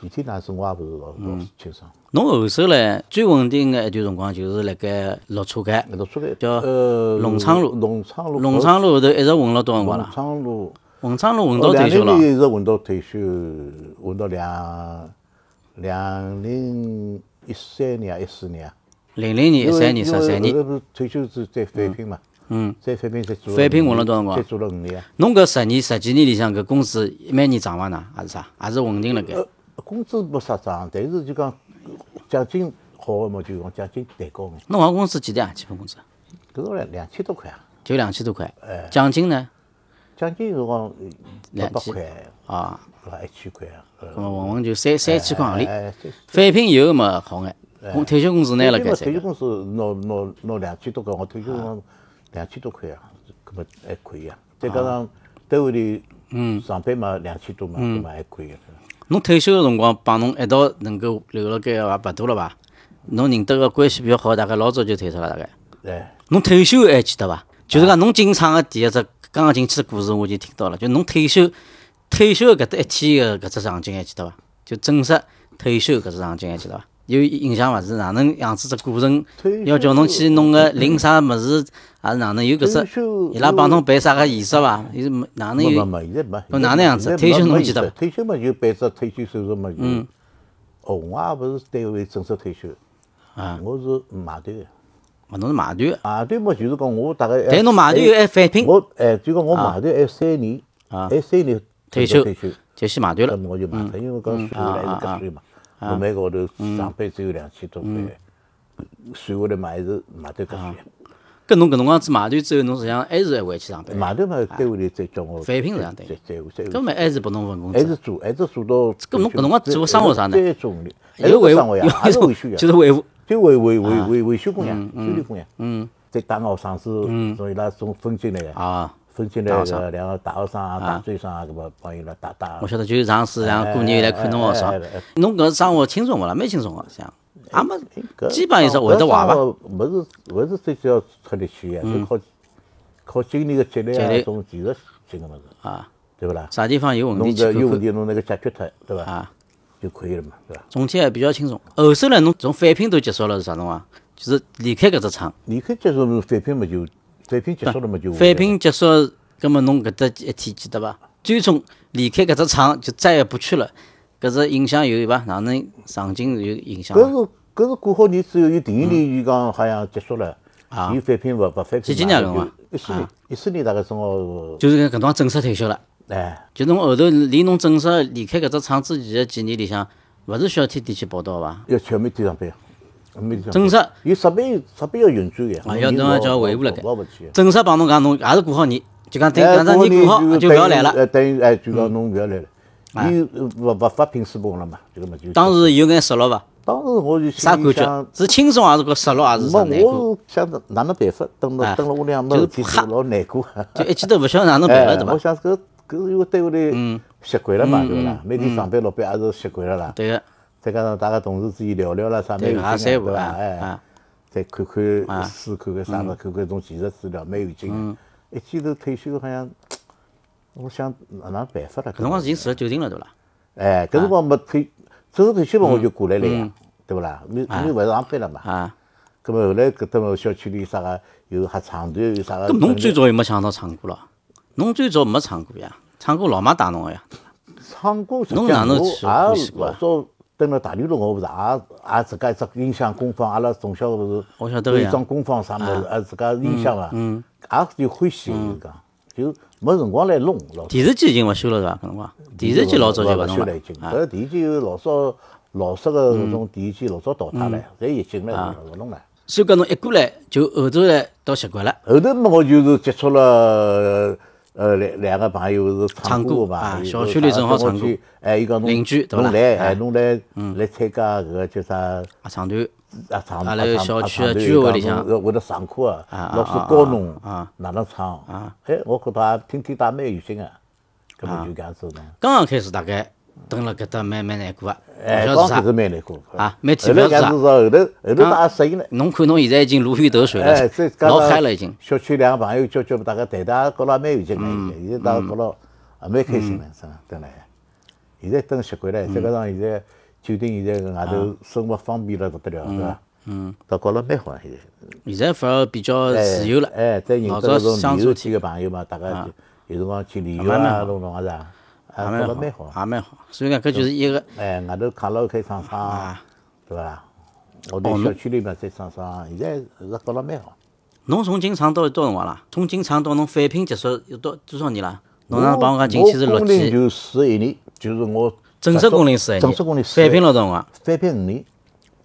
Speaker 2: 具体哪能子我也勿是老老清爽。
Speaker 3: 侬后首来最稳定个一段辰光就是辣盖绿车街、
Speaker 2: 那个出来
Speaker 3: 叫
Speaker 2: 呃
Speaker 3: 龙昌路
Speaker 2: 龙昌路，
Speaker 3: 龙昌路后头一直混了多少辰光
Speaker 2: 龙
Speaker 3: 啦？
Speaker 2: 昌路，哦
Speaker 3: 文昌路混到退休
Speaker 2: 两
Speaker 3: 了
Speaker 2: 零。年一直混到退休，混到两两零一三年啊，一四年啊，
Speaker 3: 零零年、一
Speaker 2: 因为呃
Speaker 3: 三年、十三
Speaker 2: 因为
Speaker 3: 年，
Speaker 2: 后头不是退休是再返聘嘛，嗯，再返聘再做了
Speaker 3: 返聘
Speaker 2: 五
Speaker 3: 混了
Speaker 2: 年
Speaker 3: 多少辰光
Speaker 2: 再做了五年啊。
Speaker 3: 侬搿十年、十几年里向搿工资每年涨伐呢？还是啥？还是稳定辣盖？
Speaker 2: 呃工资没啥涨，但是就讲奖金好个嘛，就讲奖金抬高眼，
Speaker 3: 侬行工资几钿啊？基本工资
Speaker 2: 搿个嘞两千多块啊，
Speaker 3: 就两千多块。
Speaker 2: 哎
Speaker 3: 奖金呢？
Speaker 2: 奖金有辰光八
Speaker 3: 两
Speaker 2: 百
Speaker 3: 千
Speaker 2: 块，
Speaker 3: 啊，
Speaker 2: 是伐？一千块啊，呃
Speaker 3: 搿么稳稳就三三千块行钿。
Speaker 2: 哎，这
Speaker 3: 返聘以后嘛好眼，工退休工资拿辣盖
Speaker 2: 退
Speaker 3: 三
Speaker 2: 休
Speaker 3: 个。
Speaker 2: 工资拿拿拿两千多块，我退休辰光两千多块啊，搿么还可以啊。再加上单位里嗯上班嘛，两千多嘛，搿么还可以啊。
Speaker 3: 侬退休个辰光帮侬一道能够留辣盖个也勿多了伐？侬认得个关系比较好，大概老早就退出了大概。
Speaker 2: 哎，
Speaker 3: 侬退休还记得伐？就是
Speaker 2: 啊
Speaker 3: 讲侬进厂个第一只刚刚进去的故事，我就听到了。就侬退休退休的搿搭一天个搿只场景还记得伐？就正式退休搿只场景还记得伐？有印象伐？是哪能样子只过程
Speaker 2: 退？
Speaker 3: 要叫侬去弄个领啥物事，还是哪能有搿
Speaker 2: 退
Speaker 3: 只
Speaker 2: 休？
Speaker 3: 伊拉帮侬办啥个仪式伐？有没哪能
Speaker 2: 没没
Speaker 3: 有？
Speaker 2: 没，现在没。
Speaker 3: 搿哪能样子
Speaker 2: 现在
Speaker 3: 退休
Speaker 2: 没
Speaker 3: 侬
Speaker 2: 没
Speaker 3: 记得
Speaker 2: 意思
Speaker 3: 伐
Speaker 2: 退休嘛就办只退休手续嘛就。哦，我也勿是单位正式退休。
Speaker 3: 啊，
Speaker 2: 我是买队的，
Speaker 3: 哦侬是买断的，
Speaker 2: 买队嘛就是讲我大概。
Speaker 3: 但侬买断
Speaker 2: 有
Speaker 3: 又还返聘，
Speaker 2: 我哎，就讲我买队还有三年，还有三年
Speaker 3: 退
Speaker 2: 休
Speaker 3: 休
Speaker 2: 退休，
Speaker 3: 就先买断
Speaker 2: 那
Speaker 3: 了。
Speaker 2: 么我就买脱，因为讲算下来是搿算嘛，我每个号头上班只有两千多块，算下来嘛还是买队搿算。
Speaker 3: 搿侬搿辰光子买断之后，侬实际上还是还回去上班，
Speaker 2: 买队嘛单位里再叫我
Speaker 3: 返聘是这样对
Speaker 2: 再再再
Speaker 3: 搿么还是拨侬份工
Speaker 2: 还
Speaker 3: 资。
Speaker 2: 是做，还是做到。
Speaker 3: 搿侬搿辰光做生活啥呢
Speaker 2: 再做五年，还是
Speaker 3: 有啊维护
Speaker 2: 做生活呀，啊还是维修呀，
Speaker 3: 就是维护。
Speaker 2: 就维维维维维修工呀，修理工呀。嗯。再打学生子，从伊拉从分进来呀。
Speaker 3: 嗯啊，
Speaker 2: 分进来个两个大学生啊、大专生啊，搿么帮伊拉打打
Speaker 3: 我。晓得，就是上次像过年来看侬学
Speaker 2: 哎
Speaker 3: 生
Speaker 2: 哎哎哎，
Speaker 3: 侬搿生活轻松勿啦？蛮轻松个，像也没
Speaker 2: 搿哦
Speaker 3: 基本上是会得坏嗯伐？
Speaker 2: 搿生活勿是勿是最主要出力气呀，就靠靠经验个积累
Speaker 3: 积
Speaker 2: 啊
Speaker 3: 累，
Speaker 2: 种技术性个物事，
Speaker 3: 啊，
Speaker 2: 对勿啦？
Speaker 3: 啥地方有问
Speaker 2: 侬
Speaker 3: 题
Speaker 2: 搿
Speaker 3: 去
Speaker 2: 有
Speaker 3: 看
Speaker 2: 问
Speaker 3: 看
Speaker 2: 题侬那个解决脱，对伐？
Speaker 3: 啊，
Speaker 2: 就可以了嘛，对伐？
Speaker 3: 总体还比较轻松。后首来侬从返聘都结束了是啥辰光？就是离开搿只厂，
Speaker 2: 离开结束了返聘嘛就返聘结束了嘛就
Speaker 3: 返聘结束，葛末侬搿搭一天记得伐？最终离开搿只厂就再也不去了，搿只影响有伐？哪能场景有影响伐？啊
Speaker 2: 搿是搿是过好年之后，有第一年就讲好像结束了，伊返聘勿勿返聘嘛，
Speaker 3: 啊几几年了
Speaker 2: 就
Speaker 3: 嘛啊
Speaker 2: 一四年，一四年大概是我
Speaker 3: 就是搿搿辰光正式退休了。
Speaker 2: 哎，
Speaker 3: 就侬后头离侬正式离开搿只厂之前的几年里向，勿是需要天天去报道伐？
Speaker 2: 要去每天上班，每天上班
Speaker 3: 正式
Speaker 2: 伊设备设备要运转个，
Speaker 3: 啊，要侬要叫维护了
Speaker 2: 盖
Speaker 3: 该，
Speaker 2: 勿去。
Speaker 3: 正式帮侬讲，侬也是过好年，就讲等
Speaker 2: 哎
Speaker 3: 搿只年过好就勿要来了。嗯啊
Speaker 2: 呃，等于哎，就讲侬勿要来了。伊勿勿发聘书拨我了嘛，这个嘛就。
Speaker 3: 当时有眼失落伐？
Speaker 2: 当时我就心
Speaker 3: 啥
Speaker 2: 里
Speaker 3: 感觉
Speaker 2: 想？
Speaker 3: 是轻松还是个失落还是啥难
Speaker 2: 没，
Speaker 3: 过？
Speaker 2: 我是想着哪能办法，等
Speaker 3: 啊
Speaker 2: 了等了屋里向没
Speaker 3: 就是
Speaker 2: 事体
Speaker 3: 怕
Speaker 2: 做，老难过。
Speaker 3: 就一记头勿晓得哪能办了，嗯
Speaker 2: 哎
Speaker 3: 对，
Speaker 2: 我
Speaker 3: 伐？
Speaker 2: 想搿搿是因为单位里习惯了嘛，对勿啦？每天上班落班也是习惯了啦。
Speaker 3: 嗯对个，
Speaker 2: 再加上大家同事之间聊聊啦，啥蛮
Speaker 3: 对
Speaker 2: 有
Speaker 3: 个，也
Speaker 2: 劲的，
Speaker 3: 三
Speaker 2: 对伐？
Speaker 3: 啊
Speaker 2: 哎
Speaker 3: 啊，，嗯
Speaker 2: 再看看啊书，看看啥物事，看看种技术资料，蛮有劲的。一记头退休好像我想哪能办法了？搿
Speaker 3: 搿辰光是已经嗯住了酒店了，对伐？
Speaker 2: 哎，搿辰光没退，走退休嘛，我就过来了呀，啊对勿啦？你你勿是上班了嘛？
Speaker 3: 嗯啊，
Speaker 2: 咁么后来搿搭么小区里啥个有瞎唱团，有啥个
Speaker 3: 搿侬最早有没想到唱歌咯？侬最早没唱歌呀，唱歌老妈带侬个呀。
Speaker 2: 唱歌实际
Speaker 3: 侬哪
Speaker 2: 上
Speaker 3: 能
Speaker 2: 我
Speaker 3: 去欢
Speaker 2: 也
Speaker 3: 喜过
Speaker 2: 老
Speaker 3: 啊
Speaker 2: 早蹲辣大连路，我勿是也也自家一只音响工坊，阿拉从小勿是
Speaker 3: 我晓得个
Speaker 2: 有
Speaker 3: 呀
Speaker 2: 一张工坊啥物事，也自家音响嘛，也是有欢喜就是讲，就没辰光来弄老早。
Speaker 3: 电视机已经勿修了，对伐？搿辰光电视机老早就勿弄
Speaker 2: 修了已经，
Speaker 3: 了。啊，
Speaker 2: 搿电视机有老早老式个搿种电视机老早淘汰了，侪已经了勿弄了。
Speaker 3: 所以讲侬一过来就后头来到习惯了。
Speaker 2: 后头么，我就是接触了呃两两个朋友是
Speaker 3: 唱
Speaker 2: 唱
Speaker 3: 歌
Speaker 2: 歌
Speaker 3: 啊
Speaker 2: 嘛，有
Speaker 3: 小区里正好
Speaker 2: 跟我
Speaker 3: 唱歌
Speaker 2: 去，哎，伊讲侬
Speaker 3: 邻居对
Speaker 2: 侬
Speaker 3: 吧
Speaker 2: 来，
Speaker 3: 啊
Speaker 2: 哎，侬来来参加搿个叫啥啊
Speaker 3: 啊，唱团
Speaker 2: 唱
Speaker 3: 阿
Speaker 2: 啊
Speaker 3: 拉有
Speaker 2: 唱
Speaker 3: 小
Speaker 2: 啊
Speaker 3: 区的
Speaker 2: 唱团
Speaker 3: 居委会
Speaker 2: 伊
Speaker 3: 里
Speaker 2: 讲
Speaker 3: 向
Speaker 2: 侬会得上课啊
Speaker 3: 啊，
Speaker 2: 老师
Speaker 3: 啊
Speaker 2: 教侬
Speaker 3: 啊
Speaker 2: 哪能唱啊，哎，我觉得也听听倒蛮有心个，搿么就搿样子弄。
Speaker 3: 刚刚开始大概蹲辣搿搭蛮蛮难过个，啊
Speaker 2: 哎，
Speaker 3: 勿晓得
Speaker 2: 当时
Speaker 3: 是
Speaker 2: 是
Speaker 3: 啥。
Speaker 2: 蛮难过
Speaker 3: 啊蛮体
Speaker 2: 后来
Speaker 3: 面
Speaker 2: 搿样
Speaker 3: 是
Speaker 2: 子是后头后头大家适应了。
Speaker 3: 侬看侬现在已经如鱼得水了
Speaker 2: 哎，再，加
Speaker 3: 老
Speaker 2: 上
Speaker 3: 嗨了已经。
Speaker 2: 小区两个朋友交交，大家谈谈，觉着也蛮有劲个。现在大家觉着也蛮开心的，真的真的。现在等习惯了，再加上现在酒店现在外头生活方便了不得了，是吧？嗯，倒觉着蛮好啊现在。
Speaker 3: 现在反而比较
Speaker 2: 哎
Speaker 3: 自由了。
Speaker 2: 哎，再认
Speaker 3: 老
Speaker 2: 得
Speaker 3: 早
Speaker 2: 搿种
Speaker 3: 相
Speaker 2: 旅
Speaker 3: 处
Speaker 2: 游
Speaker 3: 体
Speaker 2: 区个朋友嘛，大家就有辰光去旅游
Speaker 3: 慢慢
Speaker 2: 啊，
Speaker 3: 好
Speaker 2: 弄弄啊啥，
Speaker 3: 也
Speaker 2: 啊，觉着蛮
Speaker 3: 蛮
Speaker 2: 好啊。
Speaker 3: 也蛮好。所以讲搿就是一个
Speaker 2: 哎，外头卡拉 OK 唱唱，对伐？啦？我
Speaker 3: 哦
Speaker 2: 哋
Speaker 3: 侬
Speaker 2: 小区里嘛再唱唱，现在是啊觉着蛮好。
Speaker 3: 侬从进厂到多少辰光啦？从进厂到侬返聘结束有多多少年啦？侬上帮我讲进去是六
Speaker 2: 我工龄
Speaker 3: 几，
Speaker 2: 就四一年，就是我
Speaker 3: 正式工龄四一年，
Speaker 2: 正式工龄
Speaker 3: 返聘
Speaker 2: 了，
Speaker 3: 了多少辰光？
Speaker 2: 翻聘五年，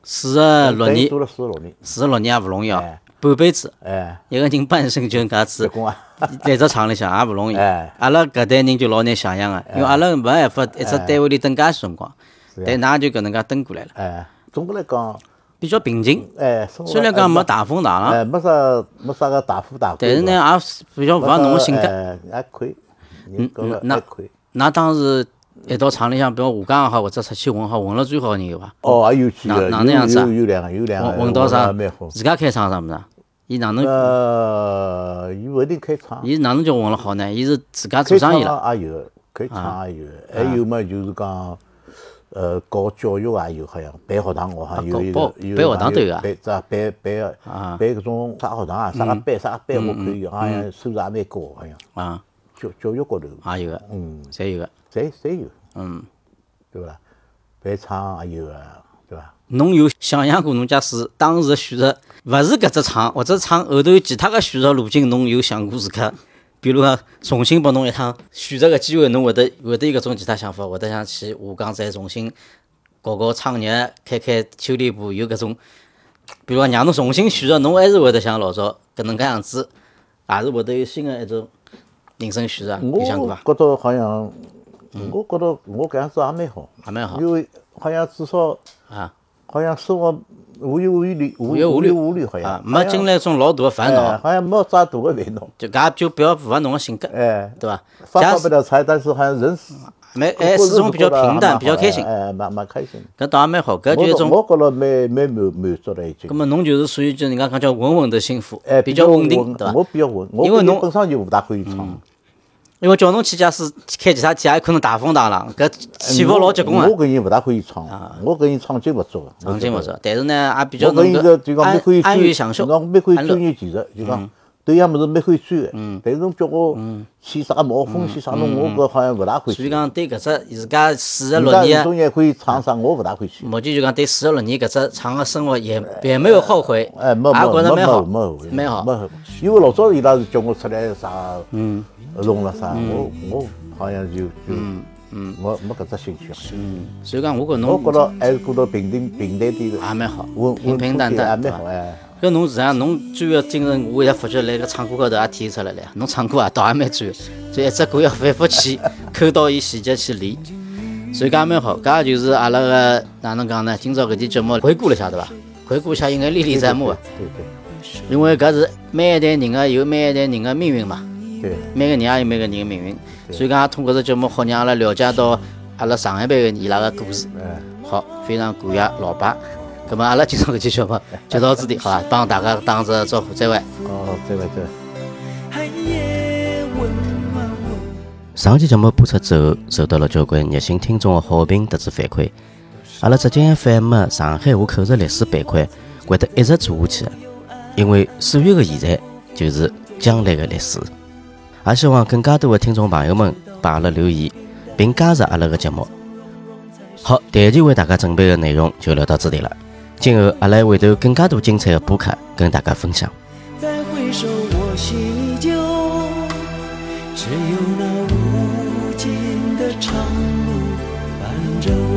Speaker 3: 四十六
Speaker 2: 等于
Speaker 3: 年，
Speaker 2: 做了四十六年，
Speaker 3: 四十六年也勿容易哦
Speaker 2: 哎，
Speaker 3: 半辈子，
Speaker 2: 哎，
Speaker 3: 一个人半生就搿样
Speaker 2: 结
Speaker 3: 子。
Speaker 2: 棍啊，
Speaker 3: 在只厂里向也勿容易，
Speaker 2: 哎
Speaker 3: 阿拉搿代人就老难想象个，因为阿拉没办法一只单位里蹲介许辰光，但㑚就搿能介蹲过来了，
Speaker 2: 哎，总的来讲，
Speaker 3: 比较平静。
Speaker 2: 哎，生活
Speaker 3: 虽然讲没，大风大浪，
Speaker 2: 哎，没啥没啥个大富大贵，
Speaker 3: 但是呢，
Speaker 2: 吧，
Speaker 3: 也是比较符合侬个性格。嗯
Speaker 2: 哎，也可以，你觉着
Speaker 3: 那
Speaker 2: 也可以。
Speaker 3: 㑚当时一到厂里向，比如下岗也好，或者出去混也好，混了最好个人有伐？
Speaker 2: 哦，也有几
Speaker 3: 哪
Speaker 2: 个，
Speaker 3: 哪
Speaker 2: 有
Speaker 3: 能样子啊
Speaker 2: 有有两个，有两个
Speaker 3: 混，混到
Speaker 2: 觉
Speaker 3: 啥
Speaker 2: 着蛮好？。
Speaker 3: 自家开厂啥物事啊？伊哪能？
Speaker 2: 呃，伊勿一定开厂，
Speaker 3: 伊哪能叫混了好呢？伊是自家做
Speaker 2: 开
Speaker 3: 生
Speaker 2: 厂
Speaker 3: 意啊了，
Speaker 2: 也有，开厂也有，还有嘛就是讲，呃，搞教育也有，好像办学堂，我好像有一个
Speaker 3: 搞
Speaker 2: 有一
Speaker 3: 办
Speaker 2: 个
Speaker 3: 学堂
Speaker 2: 朋友
Speaker 3: 都有啊啊嗯
Speaker 2: 办咋办办办搿种啥学堂啊，啥个班啥个班，我哎看有，好像收入也蛮高，好像
Speaker 3: 啊，
Speaker 2: 教教育高头，
Speaker 3: 也有个，
Speaker 2: 嗯，
Speaker 3: 侪有个。
Speaker 2: 侪侪有，
Speaker 3: 啊嗯，
Speaker 2: 对伐？办厂也有啊，对伐？
Speaker 3: 侬有想象过侬假使当时的选择勿是搿只厂，或者厂后头有其他个选择路径，侬有想过自家？比如讲，重新拨侬一趟选择个机会，侬会得会得有搿种其他想法，会得想去下岗再重新搞搞创业，开开修理部，有搿种。比如讲，让侬重新选择，侬还是会得像老早搿能介样子，也是会得有新的一种人嗯生选择，有想过伐？
Speaker 2: 我觉着好像，我觉着我搿样子也蛮好，
Speaker 3: 也蛮好
Speaker 2: 因为好像至少。
Speaker 3: 啊
Speaker 2: 好像生活无忧无虑，无
Speaker 3: 无忧无虑
Speaker 2: 无虑，好像
Speaker 3: 啊，没
Speaker 2: 好像
Speaker 3: 经历种老大的烦
Speaker 2: 哎
Speaker 3: 恼，
Speaker 2: 好像没啥大的烦恼，
Speaker 3: 就搿也就比较符合侬个性格，
Speaker 2: 哎，
Speaker 3: 对伐？
Speaker 2: 发
Speaker 3: 假
Speaker 2: 发
Speaker 3: 使
Speaker 2: 不了财，但是好像人是
Speaker 3: 蛮
Speaker 2: 过
Speaker 3: 哎，
Speaker 2: 日子
Speaker 3: 始终比较
Speaker 2: 过得
Speaker 3: 平
Speaker 2: 还
Speaker 3: 淡，
Speaker 2: 蛮
Speaker 3: 比较
Speaker 2: 好
Speaker 3: 开心
Speaker 2: 的，哎，蛮蛮开心的。
Speaker 3: 搿倒也蛮好。搿就
Speaker 2: 我
Speaker 3: 是一
Speaker 2: 觉
Speaker 3: 种，
Speaker 2: 我觉着蛮蛮满满足了已经
Speaker 3: 葛。末侬就是属于就人家讲叫稳稳的幸福
Speaker 2: 哎，，
Speaker 3: 比
Speaker 2: 较
Speaker 3: 较稳定，对伐
Speaker 2: 我？比较稳，我
Speaker 3: 因为侬嗯
Speaker 2: 本身就不大欢喜唱，
Speaker 3: 因为叫侬去假使开其他店，啊也可能大风大浪，
Speaker 2: 哎
Speaker 3: 搿起伏老结棍啊
Speaker 2: 我
Speaker 3: 个，
Speaker 2: 个人不大欢喜唱，我个人唱劲不足，
Speaker 3: 场景勿错。但是呢，也比较
Speaker 2: 我个
Speaker 3: 能
Speaker 2: 人个就
Speaker 3: 够
Speaker 2: 讲蛮
Speaker 3: 安
Speaker 2: 欢喜
Speaker 3: 安于
Speaker 2: 钻
Speaker 3: 享受
Speaker 2: 就讲蛮欢喜
Speaker 3: 安乐嗯
Speaker 2: 钻。研技术，就讲对样物事蛮欢喜钻的。但是侬叫我去啥毛风去啥弄，我搿好像勿大欢喜
Speaker 3: 嗯所。以讲，对搿只自家四十
Speaker 2: 人
Speaker 3: 六
Speaker 2: 家
Speaker 3: 年
Speaker 2: 运
Speaker 3: 啊，
Speaker 2: 动员可以唱啥，我勿大欢喜。
Speaker 3: 目前就讲对四十六年搿只长个生活也也没有后悔，
Speaker 2: 哎，没
Speaker 3: 也
Speaker 2: 没
Speaker 3: 啊觉
Speaker 2: 没
Speaker 3: 着
Speaker 2: 没
Speaker 3: 蛮好，
Speaker 2: 没后悔，
Speaker 3: 蛮好
Speaker 2: 没。后悔。因为老早伊拉是叫我出来啥，嗯，弄了啥，
Speaker 3: 嗯
Speaker 2: 我我好像就就，嗯嗯，没没搿只兴趣。
Speaker 3: 所以讲，我觉着
Speaker 2: 我觉
Speaker 3: 侬啊
Speaker 2: 着还是过着平定平淡点的，
Speaker 3: 也蛮好
Speaker 2: 稳，
Speaker 3: 平平淡淡，
Speaker 2: 也
Speaker 3: 对伐
Speaker 2: 蛮好？哎。
Speaker 3: 搿侬实际上侬专业精神，我现在发觉辣搿唱歌高头也体现出来了呀。侬唱歌也啊倒也蛮 专业，就一只歌要反复去 抠到伊细节去理，所以搿也蛮好。搿也啊就是阿拉个哪能讲呢？今朝搿期节目回顾了一下，对伐？回顾一下应该历历在目啊，
Speaker 2: 对对
Speaker 3: 因为搿是每一代人啊个有每一代人个命运嘛。
Speaker 2: 对，
Speaker 3: 每个人也有每个人的命运，所以讲也通过这节目好让阿拉了解到阿拉上一辈的伊拉的故事。好，非常感谢老爸。咁么阿拉今朝搿期节目就到此地，好吧？帮大家打个招呼，再会。
Speaker 2: 哦，对了对了。
Speaker 4: 寒夜温暖我。
Speaker 1: 上期节目播出之后，受到了交关热心听众的好评得知反馈。阿拉浙江 FM 的上海话口述历史板块会得一直做下去的，因为所有的现在就是将来的历史。也希望更加多的听众朋友们帮阿拉留言，并加入阿拉个节目。好，台前为大家准备的内容就聊到这里了。今后阿拉还会得有更加多精彩的播客跟大家分享。
Speaker 4: 再回首，我心依旧，只有那无尽的长路伴着我。